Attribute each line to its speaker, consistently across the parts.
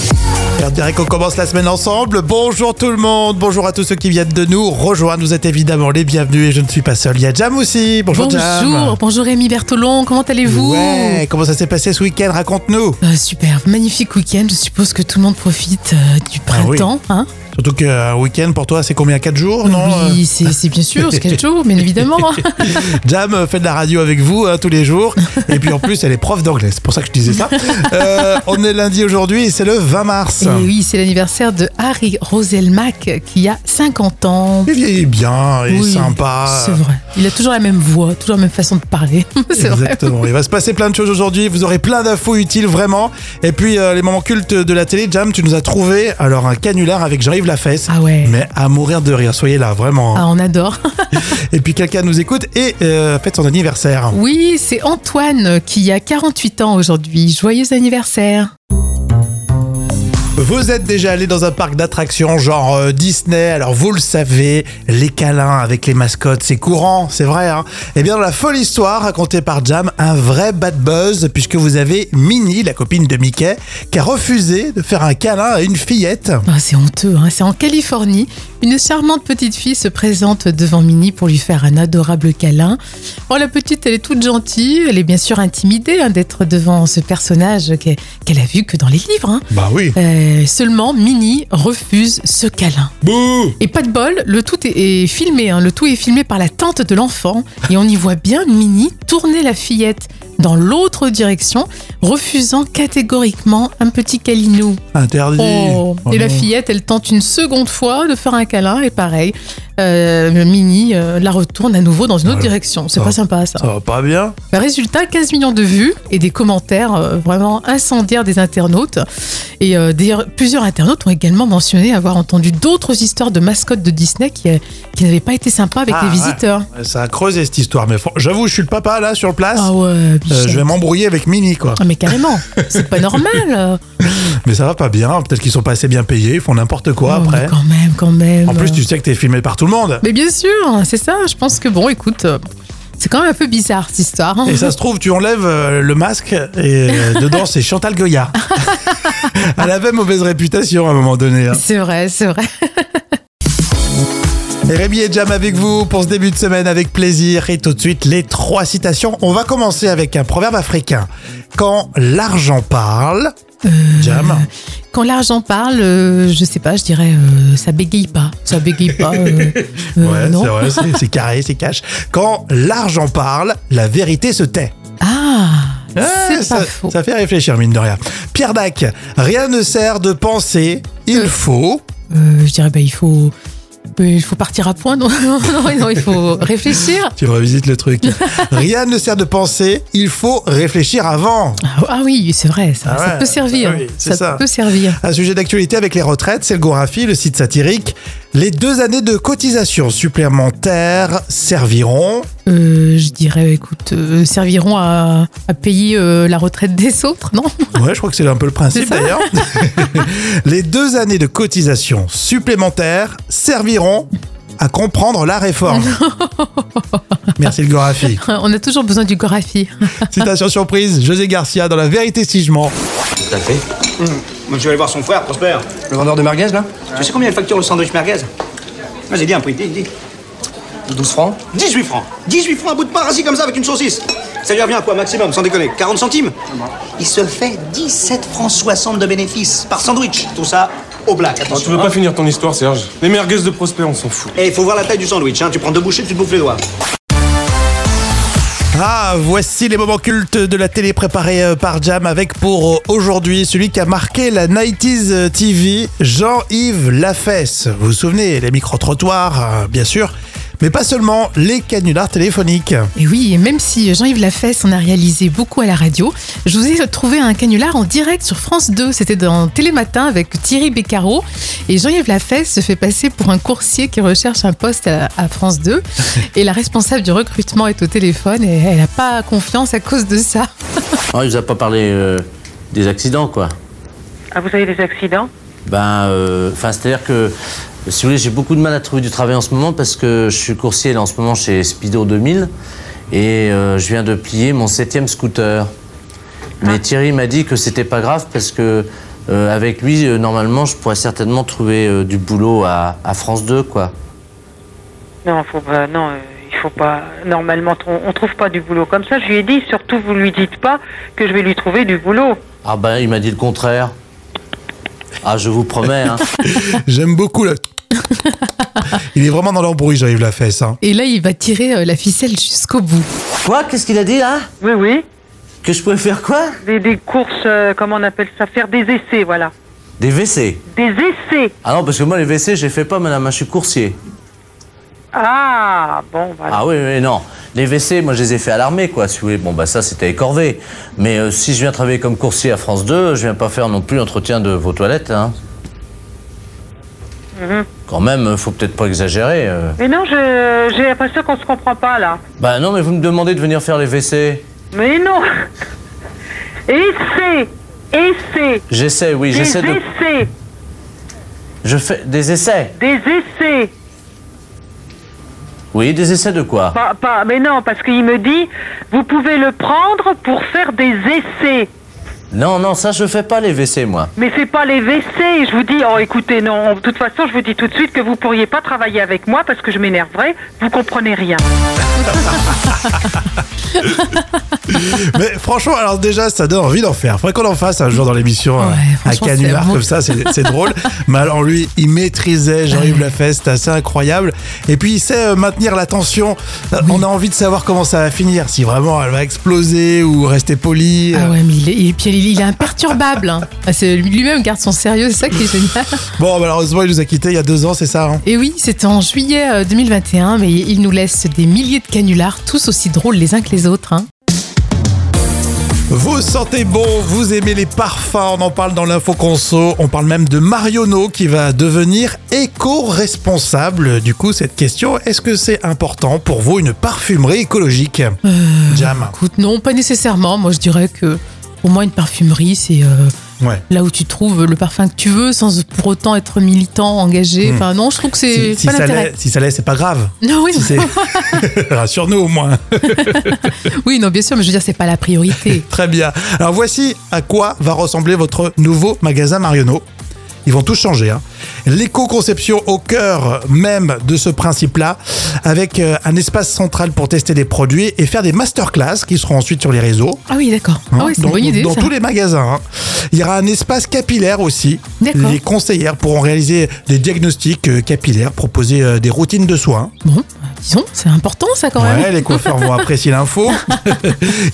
Speaker 1: super. Direct, on commence la semaine ensemble. Bonjour tout le monde. Bonjour à tous ceux qui viennent de nous rejoindre. Vous êtes évidemment les bienvenus et je ne suis pas seul. Il y a Jam aussi. Bonjour, Jam.
Speaker 2: bonjour, bonjour Rémi Bertolon, comment allez-vous
Speaker 1: Ouais, comment ça s'est passé ce week-end Raconte-nous.
Speaker 2: Euh, Super, magnifique week-end, je suppose que tout le monde profite euh, du
Speaker 1: Ah oui.
Speaker 2: printemps. hein
Speaker 1: Surtout qu'un week-end pour toi, c'est combien 4 jours Non
Speaker 2: oui, c'est c'est bien sûr, c'est quelque chose, bien évidemment.
Speaker 1: euh, Jam euh, fait de la radio avec vous hein, tous les jours. Et puis en plus, elle est prof d'anglais. C'est pour ça que je disais ça. Euh, on est lundi aujourd'hui et c'est le 20 mars.
Speaker 2: Et Eh oui, c'est l'anniversaire de Harry Roselmack qui a 50 ans.
Speaker 1: Il vieillit bien, il est
Speaker 2: Oui,
Speaker 1: sympa.
Speaker 2: C'est vrai. Il a toujours la même voix, toujours la même façon de parler. c'est vrai.
Speaker 1: Exactement. Il va se passer plein de choses aujourd'hui. Vous aurez plein d'infos utiles, vraiment. Et puis, euh, les moments cultes de la télé. Jam, tu nous as trouvé alors un canular avec Jean-Yves Lafesse.
Speaker 2: Ah ouais.
Speaker 1: Mais à mourir de rire. Soyez là, vraiment.
Speaker 2: Ah, on adore.
Speaker 1: Et puis, quelqu'un nous écoute et euh, fête son anniversaire.
Speaker 2: Oui, c'est Antoine qui a 48 ans aujourd'hui. Joyeux anniversaire.
Speaker 1: Vous êtes déjà allé dans un parc d'attractions genre euh, Disney, alors vous le savez, les câlins avec les mascottes, c'est courant, c'est vrai. Hein Eh bien, dans la folle histoire racontée par Jam, un vrai bad buzz, puisque vous avez Minnie, la copine de Mickey, qui a refusé de faire un câlin à une fillette.
Speaker 2: Ah, c'est honteux, hein. c'est en Californie. Une charmante petite fille se présente devant Minnie pour lui faire un adorable câlin. Bon, la petite, elle est toute gentille, elle est bien sûr intimidée hein, d'être devant ce personnage qu'elle qu'elle a vu que dans les livres. hein.
Speaker 1: Bah oui.
Speaker 2: Euh, seulement, Minnie refuse ce câlin.
Speaker 1: Bouh
Speaker 2: Et pas de bol, le tout est, est filmé. hein. Le tout est filmé par la tante de l'enfant. Et on y voit bien Minnie tourner la fillette dans l'autre direction, refusant catégoriquement un petit câlinou.
Speaker 1: Interdit.
Speaker 2: Oh.
Speaker 1: Oh
Speaker 2: et la
Speaker 1: non.
Speaker 2: fillette, elle tente une seconde fois de faire un câlin. Et pareil, euh, Minnie euh, la retourne à nouveau dans une autre
Speaker 1: Ah,
Speaker 2: direction. C'est
Speaker 1: ça
Speaker 2: pas sympa ça.
Speaker 1: Ça va pas bien
Speaker 2: Bah, résultat, 15 millions de vues et des commentaires euh, vraiment incendiaires des internautes. Et euh, d'ailleurs, plusieurs internautes ont également mentionné avoir entendu d'autres histoires de mascottes de Disney qui, euh, qui n'avaient pas été sympas avec
Speaker 1: Ah,
Speaker 2: les
Speaker 1: ouais.
Speaker 2: visiteurs.
Speaker 1: Ça a creusé cette histoire, mais fran- j'avoue, je suis le papa là sur place.
Speaker 2: Ah ouais,
Speaker 1: Euh,
Speaker 2: Bichette.
Speaker 1: je vais m'embrouiller avec Minnie quoi.
Speaker 2: Ah, mais carrément, c'est pas normal.
Speaker 1: Mais ça va pas bien, peut-être qu'ils sont pas assez bien payés, ils font n'importe quoi
Speaker 2: Oh,
Speaker 1: après.
Speaker 2: mais Quand même, quand même.
Speaker 1: En plus, tu sais que t'es filmé par tout le monde.
Speaker 2: Mais bien sûr, c'est ça. Je pense que bon, écoute, euh, c'est quand même un peu bizarre cette histoire. hein.
Speaker 1: Et ça se trouve, tu enlèves euh, le masque et euh, dedans, c'est Chantal Goya. Elle avait mauvaise réputation à un moment donné. hein.
Speaker 2: C'est vrai, c'est vrai.
Speaker 1: Et Rémi et Jam avec vous pour ce début de semaine avec plaisir. Et tout de suite, les trois citations. On va commencer avec un proverbe africain. Quand l'argent parle,
Speaker 2: Euh,
Speaker 1: Jam,
Speaker 2: Quand l'argent parle, euh, je sais pas, je dirais euh, ça bégaye pas, ça bégaye pas. euh, euh,
Speaker 1: ouais,
Speaker 2: non.
Speaker 1: c'est vrai, c'est- c'est carré, c'est cash. Quand l'argent parle, la vérité se tait.
Speaker 2: Ah,
Speaker 1: Ah,
Speaker 2: c'est
Speaker 1: ça,
Speaker 2: pas faux.
Speaker 1: ça fait réfléchir, mine de rien. Pierre Dac, rien ne sert de penser, il faut.
Speaker 2: Euh, je dirais bah il faut, euh, il faut partir à point. Non, non, non, non, il faut réfléchir.
Speaker 1: Tu revisites le truc. rien ne sert de penser, il faut réfléchir avant.
Speaker 2: Ah, ah oui, c'est vrai, ça,
Speaker 1: Ah
Speaker 2: ça
Speaker 1: ouais,
Speaker 2: peut servir.
Speaker 1: bah oui, c'est
Speaker 2: ça,
Speaker 1: ça.
Speaker 2: peut servir.
Speaker 1: Un sujet d'actualité avec les retraites, c'est le Gorafi, le site satirique. Les deux années de cotisation supplémentaires serviront.
Speaker 2: Euh, je dirais, écoute, euh, serviront à, à payer euh, la retraite des autres, non
Speaker 1: Ouais, je crois que c'est un peu le principe
Speaker 2: C'est ça.
Speaker 1: d'ailleurs. les deux années de cotisation supplémentaires serviront à comprendre la réforme. Merci le Gorafi.
Speaker 2: On a toujours besoin du Gorafi.
Speaker 1: Citation surprise, José Garcia dans La vérité si je mens.
Speaker 3: T'as fait
Speaker 4: Je vais aller voir son frère, Prosper.
Speaker 5: Le vendeur de merguez, là
Speaker 4: Tu sais combien il facture le sandwich merguez Vas-y, dis un prix, dis, dis.
Speaker 5: 12 francs
Speaker 4: 18 francs 18 francs, un bout de pain rassis comme ça avec une saucisse Ça lui revient à quoi, maximum, sans déconner 40 centimes Il se fait 17 francs 60 de bénéfices par sandwich. Tout ça au black.
Speaker 6: Oh, tu veux pas finir ton histoire, Serge Les merguez de Prosper, on s'en fout.
Speaker 4: Et il faut voir la taille du sandwich, hein. tu prends deux bouchées, tu te bouffes les doigts.
Speaker 1: Ah, voici les moments cultes de la télé préparés euh, par Jam avec pour euh, aujourd'hui celui qui a marqué la 90s TV, Jean-Yves Lafesse. Vous vous souvenez, les micro-trottoirs, euh, bien sûr, mais pas seulement les canulars téléphoniques.
Speaker 2: Et oui, et même si Jean-Yves Lafesse en a réalisé beaucoup à la radio, je vous ai trouvé un canular en direct sur France 2. C'était dans Télématin avec Thierry Beccaro. Et Jean-Yves Lafesse se fait passer pour un coursier qui recherche un poste à, à France 2. Et la responsable du recrutement est au téléphone et elle n'a pas confiance à cause de ça.
Speaker 7: Oh, il vous a pas parlé euh, des accidents, quoi.
Speaker 8: Ah, vous avez des accidents
Speaker 7: Ben, euh, 'fin, c'est-à-dire que, si vous voulez, j'ai beaucoup de mal à trouver du travail en ce moment parce que je suis coursier là en ce moment chez Speedo 2000 et euh, je Ah. viens de plier mon septième scooter. Mais Thierry m'a dit que c'était pas grave parce que euh, avec lui, euh, normalement, je pourrais certainement trouver euh, du boulot à, à France 2, quoi.
Speaker 8: Non, faut pas, non, euh, il faut pas. Normalement, on, on trouve pas du boulot comme ça. Je lui ai dit, surtout, vous lui dites pas que je vais lui trouver du boulot.
Speaker 7: Ah ben, il m'a dit le contraire. Ah, je vous promets, hein.
Speaker 1: J'aime beaucoup le. Il est vraiment dans l'embrouille, Jean-Yves Lafesse. hein.
Speaker 2: Et là, il va tirer euh, la ficelle jusqu'au bout.
Speaker 7: Quoi Qu'est-ce qu'il a dit, là
Speaker 8: Oui, oui.
Speaker 7: Que je pouvais faire quoi
Speaker 8: Des, des courses, euh, comment on appelle ça Faire des essais, voilà.
Speaker 7: Des WC.
Speaker 8: Des essais.
Speaker 7: Ah non, parce que moi, les WC, je les fais pas, madame, hein, je suis coursier.
Speaker 8: Ah, bon, voilà.
Speaker 7: Ah oui, oui, non. Les WC, moi, je les ai fait à l'armée, quoi, si vous voulez. Bon, bah ça, c'était écorvé. Mais euh, si je viens travailler comme coursier à France 2, je viens pas faire non plus l'entretien de vos toilettes, hein.
Speaker 8: Mm-hmm.
Speaker 7: Quand même, euh, faut peut-être pas exagérer. euh.
Speaker 8: Mais non, je- j'ai l'impression qu'on se comprend pas là.
Speaker 7: Bah non, mais vous me demandez de venir faire les WC.
Speaker 8: Mais non. Essais, essais,
Speaker 7: J'essaie, oui,
Speaker 8: des
Speaker 7: j'essaie de...
Speaker 8: essais,
Speaker 7: Je fais des essais.
Speaker 8: des essais.
Speaker 7: Oui, des essais de quoi
Speaker 8: Pas, pas- mais non, parce qu'il me dit, vous pouvez le prendre pour faire des essais.
Speaker 7: Non, non, ça, je fais pas les WC, moi.
Speaker 8: Mais c'est pas les WC. Je vous dis, oh écoutez, non, de toute façon, je vous dis tout de suite que vous pourriez pas travailler avec moi parce que je m'énerverais. Vous comprenez rien.
Speaker 1: Mais franchement, alors déjà, ça donne envie d'en faire. Faudrait qu'on en fasse un jour dans l'émission
Speaker 2: Ouais,
Speaker 1: un- un
Speaker 2: franchement,
Speaker 1: canular
Speaker 2: c'est bon.
Speaker 1: comme ça, c'est c'est drôle. Mais alors lui, il maîtrisait Jean-Yves Lafesse, c'est assez incroyable. Et puis il sait euh, maintenir la tension. Euh, On a envie de savoir comment ça va finir, si vraiment elle va exploser ou rester polie.
Speaker 2: Ah ouais, mais il est, et puis il est, il est imperturbable. hein. Ah, c'est- Lui-même garde son sérieux, c'est ça qui est génial.
Speaker 1: Bon, malheureusement, il nous a quittés il y a deux ans, c'est ça. hein
Speaker 2: Et oui, c'était en juillet euh, 2021, mais il nous laisse des milliers de canulars, tous aussi drôles les uns que les autres. hein.
Speaker 1: Vous sentez bon, vous aimez les parfums, on en parle dans l'info conso, on parle même de Mariono qui va devenir éco-responsable. Du coup, cette question, est-ce que c'est important pour vous une parfumerie écologique
Speaker 2: Euh.
Speaker 1: Jam.
Speaker 2: Écoute, non, pas nécessairement. Moi, je dirais que pour moi, une parfumerie, c'est euh,
Speaker 1: Ouais.
Speaker 2: là où tu trouves le parfum que tu veux, sans pour autant être militant, engagé. Enfin, non, je trouve que c'est
Speaker 1: Hmm. Si, si
Speaker 2: pas
Speaker 1: ça
Speaker 2: l'intérêt.
Speaker 1: l'est, si ça l'est, c'est pas grave.
Speaker 2: Non, oui,
Speaker 1: Si c'est- Rassure-nous au moins.
Speaker 2: oui, non, bien sûr, mais je veux dire, c'est pas la priorité.
Speaker 1: Très bien. Alors voici à quoi va ressembler votre nouveau magasin Mariono. Ils vont tout changer. hein. L'éco-conception au cœur même de ce principe-là, avec euh, un espace central pour tester des produits et faire des masterclass qui seront ensuite sur les réseaux.
Speaker 2: Ah oui, d'accord.
Speaker 1: hein,
Speaker 2: Ah oui, c'est
Speaker 1: dans,
Speaker 2: une bonne idée.
Speaker 1: dans
Speaker 2: ça.
Speaker 1: tous les magasins. hein. Il y aura un espace capillaire aussi.
Speaker 2: D'accord.
Speaker 1: Les conseillères pourront réaliser des diagnostics euh, capillaires, proposer euh, des routines de soins.
Speaker 2: Bon, disons, c'est important ça quand même.
Speaker 1: Ouais, les coiffeurs vont apprécier l'info.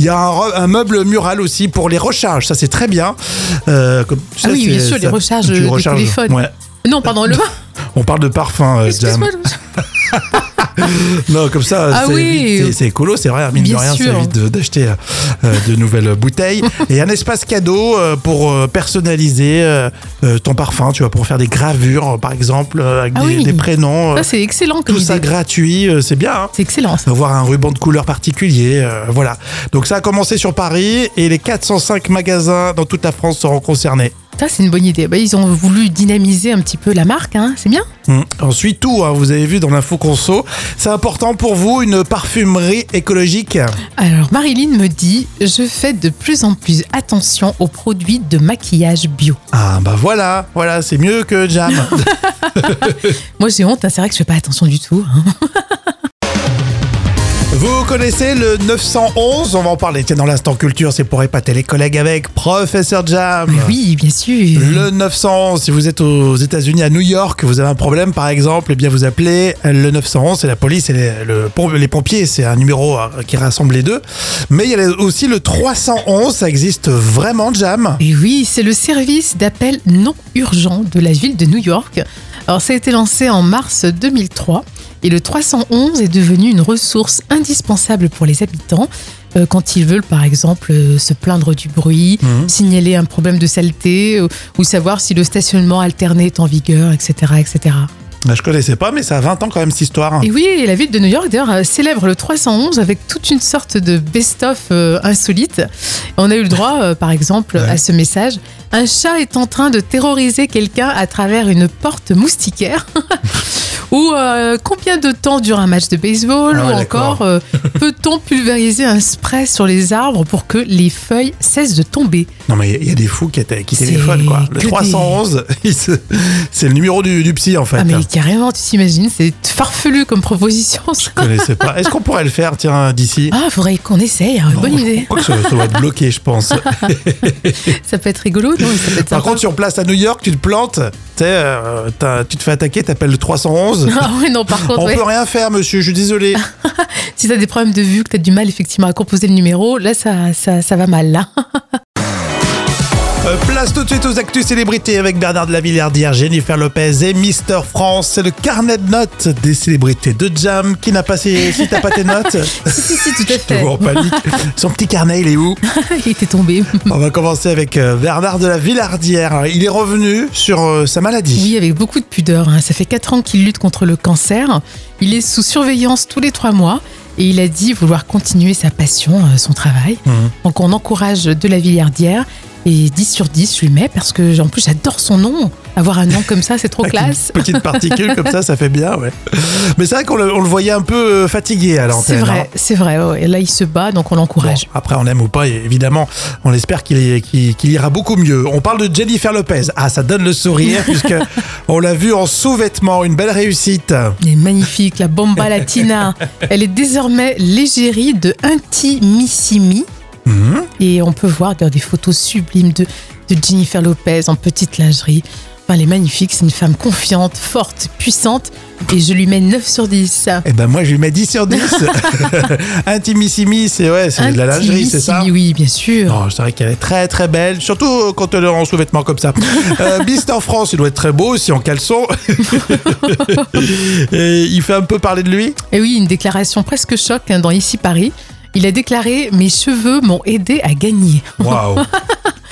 Speaker 1: Il y a un, re- un meuble mural aussi pour les recharges, ça c'est très bien. Euh, comme, tu
Speaker 2: Ah
Speaker 1: sais,
Speaker 2: oui, bien
Speaker 1: c'est-
Speaker 2: sûr, les
Speaker 1: ça-
Speaker 2: recharges euh,
Speaker 1: tu
Speaker 2: des
Speaker 1: recharges.
Speaker 2: téléphones.
Speaker 1: Ouais.
Speaker 2: Non, pardon, le.
Speaker 1: On parle de parfum, euh, Jam.
Speaker 2: Excuse-moi. je-
Speaker 1: Non, comme ça,
Speaker 2: Ah
Speaker 1: c'est
Speaker 2: oui.
Speaker 1: vite- c'est- c'est écolo, c'est vrai, mine
Speaker 2: Bien
Speaker 1: de rien, ça
Speaker 2: sûr.
Speaker 1: évite de- d'acheter euh, de nouvelles bouteilles. Et un espace cadeau euh, pour euh, personnaliser euh, euh, ton parfum, tu vois, pour faire des gravures, euh, par exemple, euh, avec
Speaker 2: Ah
Speaker 1: des,
Speaker 2: oui.
Speaker 1: des prénoms. euh,
Speaker 2: Ça, c'est excellent comme
Speaker 1: tout ça
Speaker 2: idée.
Speaker 1: gratuit, euh, c'est bien. hein.
Speaker 2: C'est excellent. ça.
Speaker 1: avoir un ruban de couleur particulier. euh, voilà. Donc ça a commencé sur Paris et les 405 magasins dans toute la France seront concernés.
Speaker 2: Ça, c'est une bonne idée. Bah, ils ont voulu dynamiser un petit peu la marque, hein. c'est bien.
Speaker 1: Hmm. Ensuite, tout, hein, vous avez vu dans l'info conso, c'est important pour vous une parfumerie écologique.
Speaker 2: Alors, Marilyn me dit Je fais de plus en plus attention aux produits de maquillage bio.
Speaker 1: Ah bah voilà, voilà, c'est mieux que Jam.
Speaker 2: Moi, j'ai honte, hein, c'est vrai que je fais pas attention du tout. hein.
Speaker 1: vous connaissez le 911, on va en parler. Tiens, dans l'instant culture, c'est pour épater les collègues avec Professeur Jam.
Speaker 2: Mais oui, bien sûr.
Speaker 1: Le 911, si vous êtes aux États-Unis, à New York, vous avez un problème par exemple, eh bien vous appelez le 911, c'est la police et les, le pom- les pompiers, c'est un numéro euh, qui rassemble les deux. Mais il y a aussi le 311, ça existe vraiment, Jam.
Speaker 2: Et oui, c'est le service d'appel non urgent de la ville de New York. Alors, ça a été lancé en mars 2003 et le 311 est devenu une ressource indispensable pour les habitants euh, quand ils veulent, par exemple, euh, se plaindre du bruit, signaler un problème de saleté euh, ou savoir si le stationnement alterné est en vigueur, etc. etc.
Speaker 1: Bah, je connaissais pas, mais ça a 20 ans quand même cette histoire.
Speaker 2: Et oui, et la ville de New York, d'ailleurs, euh, célèbre le 311 avec toute une sorte de best-of euh, insolite. On a eu le droit, euh, par exemple, à ce message. Un chat est en train de terroriser quelqu'un à travers une porte moustiquaire. Ou euh, combien de temps dure un match de baseball
Speaker 1: Ah ouais,
Speaker 2: Ou
Speaker 1: d'accord.
Speaker 2: encore, euh, peut-on pulvériser un spray sur les arbres pour que les feuilles cessent de tomber
Speaker 1: Non, mais il y a des fous qui, étaient- qui
Speaker 2: C'est
Speaker 1: téléphonent, quoi. Le
Speaker 2: que des-
Speaker 1: 311, il se- c'est le numéro du, du psy, en fait.
Speaker 2: Ah mais carrément, tu t'imagines, c'est farfelu comme proposition. ça.
Speaker 1: Je connaissais pas. Est-ce qu'on pourrait le faire, tiens, d'ici
Speaker 2: Ah, faudrait qu'on essaye.
Speaker 1: Non,
Speaker 2: Ah, Bonne
Speaker 1: je
Speaker 2: idée.
Speaker 1: crois que ça, ça doit être bloqué, je pense.
Speaker 2: Ça peut être rigolo, non Ça peut être
Speaker 1: Par
Speaker 2: sympa.
Speaker 1: contre, sur place à New York, tu te plantes, tu sais, euh, t'as- tu te fais attaquer, t'appelles le 311.
Speaker 2: Ah ouais, non, par contre,
Speaker 1: On
Speaker 2: ouais.
Speaker 1: peut rien faire, monsieur, je suis désolé.
Speaker 2: si t'as des problèmes de vue, que t'as du mal effectivement à composer le numéro, là, ça, ça, ça va mal, là.
Speaker 1: Euh, Place tout de suite aux actus célébrités avec Bernard de la Villardière, Jennifer Lopez et Mister France. C'est le carnet de notes des célébrités de Jam qui n'a pas ses... Si t'as pas tes notes,
Speaker 2: si, si, si, tout à fait.
Speaker 1: toujours en panique. Son petit carnet, il est où
Speaker 2: Il était tombé.
Speaker 1: On va commencer avec euh, Bernard de la Villardière. Alors, Il est revenu sur euh, sa maladie.
Speaker 2: Oui, avec beaucoup de pudeur. hein. Ça fait 4 ans qu'il lutte contre le cancer. Il est sous surveillance tous les 3 mois et il a dit vouloir continuer sa passion, euh, son travail.
Speaker 1: Mhm.
Speaker 2: Donc on encourage de la Villardière. Et 10 sur 10, je lui mets parce que en plus j'adore son nom. Avoir un nom comme ça, c'est trop
Speaker 1: Avec
Speaker 2: classe.
Speaker 1: Une petite particule comme ça, ça fait bien, ouais. Mais c'est vrai qu'on le, on le voyait un peu euh, fatigué à l'antenne.
Speaker 2: C'est
Speaker 1: hein.
Speaker 2: vrai, c'est vrai. ouais, ouais. Là, il se bat, donc on
Speaker 1: Bon,
Speaker 2: l'encourage.
Speaker 1: après, on aime ou pas, évidemment, on espère qu'il est- qu'il- qu'il ira beaucoup mieux. On parle de Jennifer Lopez. Ah, ça donne le sourire, puisque on l'a vu en sous-vêtements. Une belle réussite.
Speaker 2: Elle est magnifique, la bomba latina. Elle est désormais l'égérie de Intimissimi.
Speaker 1: Mhm.
Speaker 2: Et on peut voir d'ailleurs, des photos sublimes de, de Jennifer Lopez en petite lingerie. Enfin, elle est magnifique, c'est une femme confiante, forte, puissante. Et je lui mets 9 sur 10.
Speaker 1: Eh ben, moi, je lui mets 10 sur 10. Intimissimi, c'est ouais, c'est de la lingerie, c'est ça?
Speaker 2: Intimissimi, Oui, bien sûr.
Speaker 1: Non, c'est vrai qu'elle est très très belle, surtout quand elle est en sous-vêtements comme ça. Euh, Beast en France, il doit être très beau aussi en caleçon. Et il fait un peu parler de lui.
Speaker 2: Et oui, une déclaration presque choc hein, dans Ici Paris. Il a déclaré Mes cheveux m'ont aidé à gagner.
Speaker 1: Waouh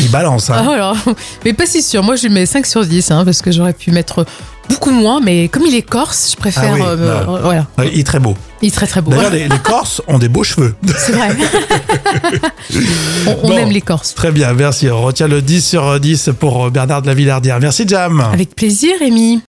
Speaker 1: Il balance, hein.
Speaker 2: Ah, alors, mais pas si sûr. Moi, je lui mets 5 sur 10 hein, parce que j'aurais pu mettre beaucoup moins. Mais comme il est corse, je préfère.
Speaker 1: Ah oui,
Speaker 2: euh,
Speaker 1: non.
Speaker 2: euh, voilà.
Speaker 1: Ouais, Il est très beau.
Speaker 2: Il est très très beau.
Speaker 1: D'ailleurs, les, les Corses ont des beaux cheveux.
Speaker 2: C'est vrai. on on
Speaker 1: Bon.
Speaker 2: aime les Corses.
Speaker 1: Très bien, merci. On retient le 10 sur 10 pour Bernard de la Villardière. Merci, Jam.
Speaker 2: Avec plaisir, Rémi.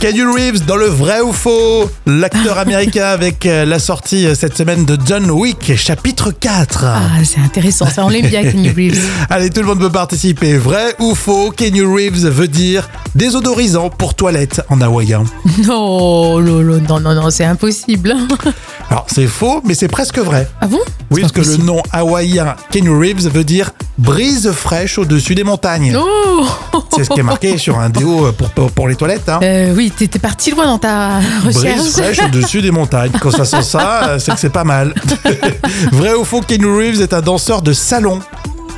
Speaker 1: Kenny Reeves dans le vrai ou faux, l'acteur américain avec euh, la sortie euh, cette semaine de John Wick, chapitre 4.
Speaker 2: Ah, c'est intéressant. Ça, on l'aime bien, Kenny Reeves.
Speaker 1: Allez, tout le monde peut participer. Vrai ou faux, Kenny Reeves veut dire désodorisant pour toilette en hawaïen.
Speaker 2: Non, lolo, non, non, non, c'est impossible.
Speaker 1: Alors, c'est faux, mais c'est presque vrai.
Speaker 2: Ah bon
Speaker 1: Oui,
Speaker 2: C'est
Speaker 1: parce
Speaker 2: pas
Speaker 1: que le
Speaker 2: possible.
Speaker 1: nom hawaïen Kenny Reeves veut dire brise fraîche au-dessus des montagnes.
Speaker 2: Oh
Speaker 1: C'est ce qui est marqué sur un déo euh, pour, pour, pour les toilettes. Hein.
Speaker 2: Euh, oui, t'étais parti loin dans ta
Speaker 1: Brise
Speaker 2: recherche.
Speaker 1: fraîche au-dessus des montagnes. Quand ça sent ça, euh, c'est que c'est pas mal. vrai ou faux, Kenny Reeves est un danseur de salon.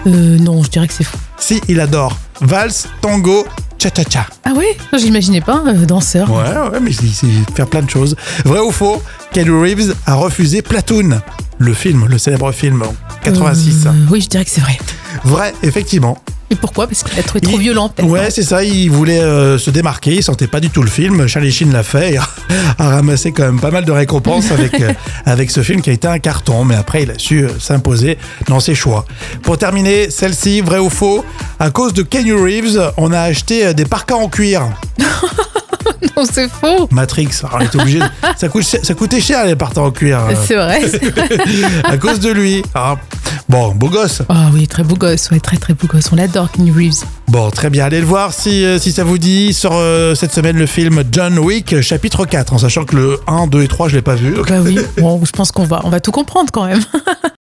Speaker 2: Euh, non, je dirais que c'est faux.
Speaker 1: Si, il adore valse, tango, cha-cha-cha.
Speaker 2: Ah ouais Non, J'imaginais pas, euh, danseur.
Speaker 1: Ouais, ouais, mais il sait faire plein de choses. Vrai ou faux, Keanu Reeves a refusé Platoon, le film, le célèbre film en 86.
Speaker 2: Euh, oui, je dirais que c'est vrai.
Speaker 1: Vrai, effectivement.
Speaker 2: Et pourquoi Parce qu'il a trouvé trop
Speaker 1: Il-
Speaker 2: violent, peut-être.
Speaker 1: Ouais, c'est ça, il voulait euh, se démarquer, il sentait pas du tout le film. Charlie Sheen l'a fait et a ramassé quand même pas mal de récompenses avec, euh, avec ce film qui a été un carton, mais après il a su euh, s'imposer dans ses choix. Pour terminer, celle-ci, vrai ou faux, à cause de Keanu Reeves, on a acheté euh, des parkas en cuir.
Speaker 2: Non, c'est faux.
Speaker 1: Matrix, alors, on était obligé. de- Ça, coûte cher- ça coûtait cher les parkas en cuir. euh.
Speaker 2: C'est vrai. c'est-
Speaker 1: à cause de lui. hein. Bon, beau gosse.
Speaker 2: Ah oui, très beau gosse, ouais, très très beau gosse. On l'adore, Kenny Reeves.
Speaker 1: Bon, très bien. Allez le voir si, euh, si ça vous dit. Sur cette semaine le film John Wick, euh, chapitre 4, en sachant que le 1, 2 et 3, je l'ai pas vu.
Speaker 2: Bah oui, bon, je pense qu'on va, on va tout comprendre quand même.